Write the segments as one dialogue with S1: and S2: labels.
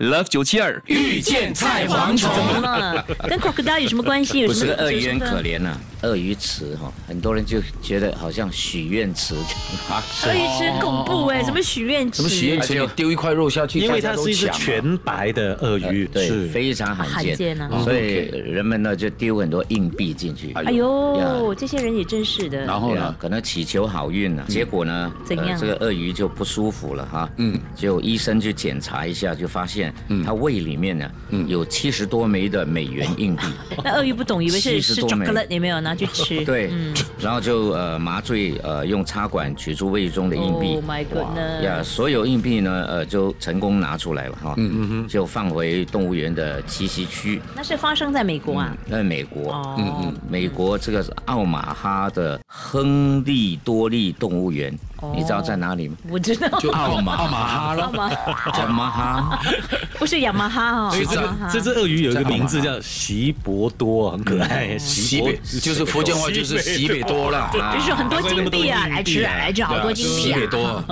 S1: Love 九七二遇见菜蝗虫。
S2: 怎么了？ 跟 crocodile 有什么关系？有
S3: 不
S2: 什
S3: 是
S2: 么？
S3: 鳄鱼很可怜
S2: 怜。
S3: 啊呐、鳄鱼池哈、很多人就觉得好像许愿池，
S4: 啊，是
S2: 鳄鱼吃很恐怖哎，什么许愿池？
S3: 什么许
S4: 而
S3: 愿池
S4: 且
S3: 你
S4: 你丢一块肉下去，
S5: 因为
S4: 大
S5: 它
S4: 家都
S5: 是一只
S4: 抢啊哎
S5: 全白的鳄鱼，
S3: 对，非常罕见，
S2: 罕见啊
S3: 所以人们呢就丢很多硬币进去，
S4: 哎
S2: 哎呦，这些人也真是的。
S4: 然后
S3: 对
S4: 呢
S3: 啊，？可能祈求好运呢、结果呢，呃
S2: 怎样
S3: 这个鳄鱼就不舒服了哈，嗯，就医生去检查一下，就发现它胃里面呢、有七十多枚的美元硬 币，
S2: 那鳄鱼不懂，以为是
S3: 70
S2: 是
S3: 多枚
S2: chocolate，有没有拿去 吃？
S3: 对
S2: 嗯，
S3: 然后就呃麻醉呃用插管取出胃中的硬币
S2: Oh my
S3: 呀，
S2: goodness！
S3: 所有硬币呢呃就成功拿出来了哈，嗯嗯就放回动物园的栖息区，嗯
S2: 那是发生在美国啊。
S3: 那美国，
S2: 哦
S3: 嗯嗯，美国这个是奥马哈的亨利多利动物园，
S2: 哦
S3: 你知道在哪里吗？
S2: 我知道，
S4: 就奥马奥马哈
S2: 好
S4: 了，
S2: 吗？
S3: 奥马哈，
S2: 不是雅马哈哦，
S4: 所以这
S2: 雅马哈
S5: 这只鳄鱼有一个名字叫席博多，很可爱。
S4: 西
S5: 席
S4: 啊嗯北就是福建话就是西北
S5: 啊
S4: 多啦，
S2: 就是很多金币啊，来吃啊，来吃好多金
S4: 西
S2: 币啊
S4: 北。多。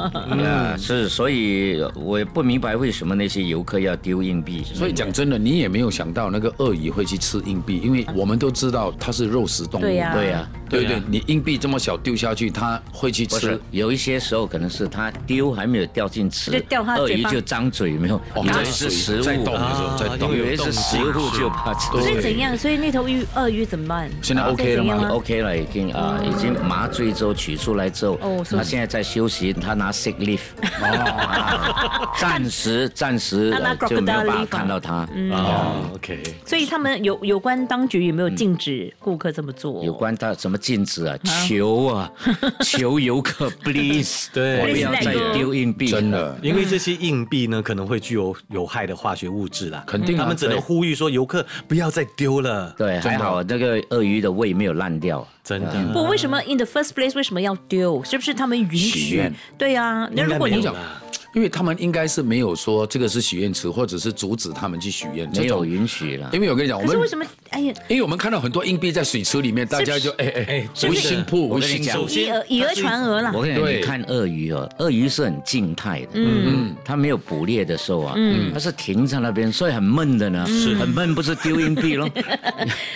S3: 呃，是，所以我也不明白为什么那些游客要丢硬币。
S4: 所以讲真的，你也没有想到那个鳄鱼会去吃硬币，因为我们都知道它是肉食动物。
S2: 对呀
S3: 对呀、
S4: 对对，你硬币这么小丢下去，它会去
S3: 不
S4: 吃
S3: 是。，有一些时候可能是它丢还没有掉进池，
S2: 就掉它
S3: 鳄
S2: 嘴
S3: 鱼
S2: 巴
S3: 就张嘴没有，
S4: 哦
S3: 以
S4: 在
S3: 为是
S4: 水
S3: 食物，啊
S4: 在动的时候，在
S3: 以
S4: 动。
S3: 为是食物就把它
S2: 所以
S4: 对
S2: 怎样？所以那头鱼鳄鱼怎么办？
S4: 现在 OK 了吗
S2: 现在怎样啊
S3: OK 了，已经啊、已经麻醉之后取出来之后，
S2: 哦是
S3: 他现在在休息，他拿 sick leave，、啊
S4: 哦
S3: 暂时暂时、
S2: 他拿
S3: 呃就没
S2: crocodile
S3: 有办
S2: leave 啊
S3: 法看到他。
S5: 哦，OK，
S2: 所以他们有有关当局有没有禁止顾客这么做？
S3: 有关他什么禁止啊？求啊，求游 客 please，
S5: 对
S3: 不要
S2: Please let
S3: 再
S2: go
S3: 丢硬币。
S4: 真，的，
S5: 因为这些硬币呢可能会具有有害的化学物质啦，
S4: 肯定啊
S5: 他们只能
S4: 对
S5: 呼吁说游客不要再丢了。
S3: 对，还好那个鳄鱼的胃没有烂掉。
S5: 真的，
S4: 嗯
S2: 不，为什么 in the first place 为什么要丢？是不是他们允
S4: 许
S2: 许
S4: 愿？
S2: 对啊，那
S5: 应
S2: 如
S5: 该
S2: 果
S5: 没
S2: 你
S5: 有啦。
S4: 因为他们应该是没有说这个是许愿池，或者是阻止他们去许愿。
S3: 没
S4: 这
S3: 有
S4: 种，
S3: 允许了
S4: 因。为我跟你讲，我
S2: 可是
S4: 们
S2: 为什么？哎呀，
S4: 因为我们看到很多硬币在水池里面，大家就哎哎哎，
S5: 是
S4: 无
S5: 不是
S4: 心铺
S3: 我
S4: 无
S3: 跟你
S4: 心
S3: 讲
S4: 铺
S5: 首。
S2: 以
S5: 先
S2: 讹以讹传讹啦。
S3: 我跟你讲，
S4: 对
S3: 你看鳄鱼哦，鳄鱼是很静态的，嗯，它没有捕猎的时候啊，嗯，它是停在那边，所以很闷的呢，是很闷，不是丢硬币咯。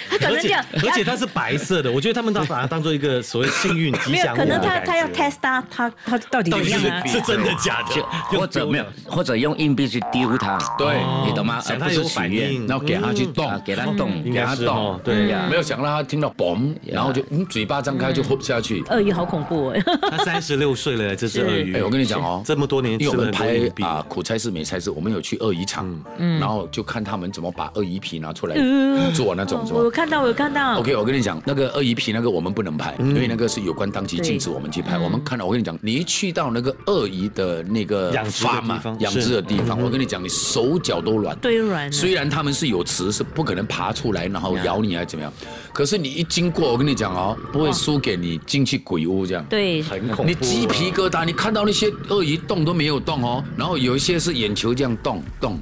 S2: 他可
S5: 而
S2: 能这
S5: 且
S2: 样，
S5: 而且它是白色的，我觉得他们都把它当做一个所谓幸运吉
S2: 没有，
S5: 祥物
S2: 可
S5: 的
S2: 能
S5: 感觉。
S2: 他他要 test 他他他到底
S5: 到
S2: 怎
S5: 底
S2: 么
S5: 是
S2: 样啊？
S5: 是真的假的
S3: 就，或者
S5: 用丢的哦
S3: 没有，或者用硬币去丢它，哦
S4: 对
S3: 你懂吗？
S5: 想
S3: 而
S5: 它
S3: 不是
S5: 有
S3: 许
S5: 反
S3: 愿
S5: 应，
S4: 然后给他去动
S3: 啊，，给它
S2: 嗯
S3: 动
S5: 应。该是
S4: 给
S5: 哦
S4: 它动
S5: 对
S3: 呀
S4: 没有想到他听到嘣，然后就嗯嘴巴张开就喝下去。
S2: 鳄鱼好恐怖哦！
S5: 他三十六岁了，这只鳄鱼。
S4: 哎，我跟你讲哦，
S5: 这么多年
S4: 因为
S5: 吃
S4: 我
S5: 了
S4: 们
S5: 很多
S4: 拍
S5: 硬币嗯
S4: 啊苦差事美差事，我们有去鳄鱼场，然后就看他们怎么把鳄鱼皮拿出来做那种什
S5: 哦
S2: 我有
S4: 么。
S2: 看到，我有看到。
S4: OK，我跟你讲，那个鳄鱼皮那个我们不能拍，
S5: 嗯
S4: 因为那个是有关当局禁止我们去拍。我们看到，我跟你讲，你一去到那个鳄鱼的那个
S5: 养殖的
S4: farm 啊
S5: 地方嗯
S4: 养殖的地方，我跟你讲，你手脚都软。
S2: 对软，啊
S4: 虽然他们是有池，是不可能爬出来然后咬你啊怎么样，可是你一经过，我跟你讲哦，不会输给你进去鬼屋这样。
S2: 对，
S5: 很恐怖啊，
S4: 你鸡皮疙瘩，你看到那些鳄鱼动都没有动哦，然后有一些是眼球这样动动，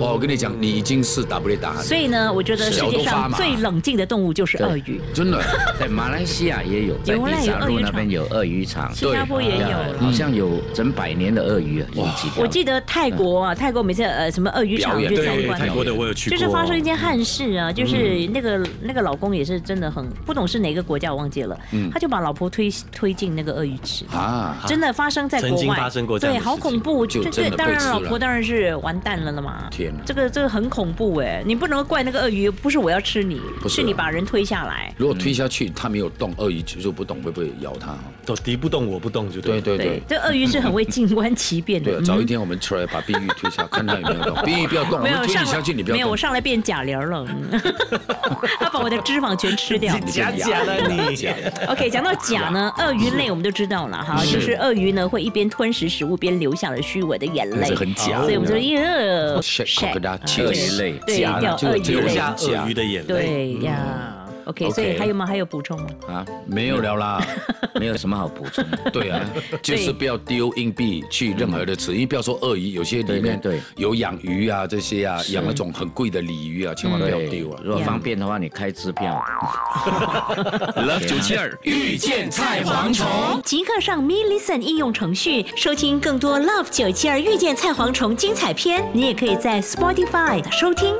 S4: 哇！我跟你讲，你已经是 W 答案，
S2: 所以呢，我觉得世
S4: 小
S2: 界
S4: 动发
S2: 上
S4: 嘛
S2: 最冷静的动物就是鳄鱼，
S4: 真的。
S3: 在马来西亚也有，在
S2: 有啦啊
S3: 地
S2: 有
S3: 沙
S2: 鳄鱼
S3: 路
S2: 场
S3: 那边有鳄鱼场，
S2: 新加坡也有
S3: 哎呀
S2: 了。
S3: 好像有整百年的鳄鱼啊，有几条。
S2: 我记得泰国啊，泰国每次呃什么鳄鱼场
S4: 表
S2: 我
S4: 演
S2: 就参
S5: 对
S2: 观啊
S5: 泰
S2: 了。
S5: 国的我有去
S2: 就
S5: 过，
S2: 是发生一件憾事
S4: 嗯
S2: 啊，就是那个、那个老公也是真的很不懂是哪个国家我忘记了，他就把老婆推推进那个鳄鱼池。
S4: 嗯啊，
S2: 真的发生在国外，
S5: 曾经发生过这样
S2: 对，
S5: 的
S2: 好
S5: 事情
S2: 恐怖！
S4: 就
S2: 这
S4: 真
S2: 这
S4: 的被
S2: 当然
S4: 吃
S2: 老
S4: 了
S2: 婆当然是完蛋了的嘛。
S4: 天哪
S2: 这个这个很恐怖哎，你不能怪那个鳄鱼，不是我要吃你，
S4: 不是啊
S2: 你把人推下来。
S4: 如果推下去它没有动，鳄鱼就不懂会不会咬它哦。
S5: 都敌不动我不动就对
S4: 对
S5: 了。
S4: 对对
S2: 这鳄鱼是很会静观其变的嗯
S4: 对，。啊早一天我们出来把碧玉推下，看它有没有动。碧玉不要动，我
S2: 没
S4: 们
S2: 有
S4: 推
S2: 上
S4: 你下去，你不
S2: 没
S4: 要
S2: 有，
S4: 动。
S2: 我上来变假瘤了， 嗯他把我的脂肪全吃掉。
S5: 假假的你，
S2: OK，讲到甲呢，鳄鱼类我们都知道了哈，就是鳄鱼呢会一边吞食食物，边流下了虚伪的眼泪，
S4: 这很假哦
S2: 所以我们呃就耶
S4: Shit，crocodile，
S2: 鳄鱼
S4: cheers
S2: 类，对，
S4: 假
S2: 叫
S4: 就
S2: 鳄鱼
S4: 流
S5: 留
S2: 类，
S5: 下鳄鱼的眼泪。
S2: 对呀。 OK，
S3: OK
S2: 所以还有吗？还有补充吗？
S3: 啊，
S4: 没有了啦。
S3: 没有什么好补充 的。
S4: 对啊，就是不要丢硬币去任何的池，因为不要说鳄鱼，有些里面
S3: 对对对
S4: 有养鱼啊这些啊，养那种很贵的鲤鱼啊，千万不要丢啊。
S3: 如果方便的话，你开支票。
S1: Love 九七二遇见菜蝗虫。
S2: 即刻上 Me Listen 应用程序收听更多 Love 972遇见菜蝗虫精彩片。你也可以在 Spotify 收听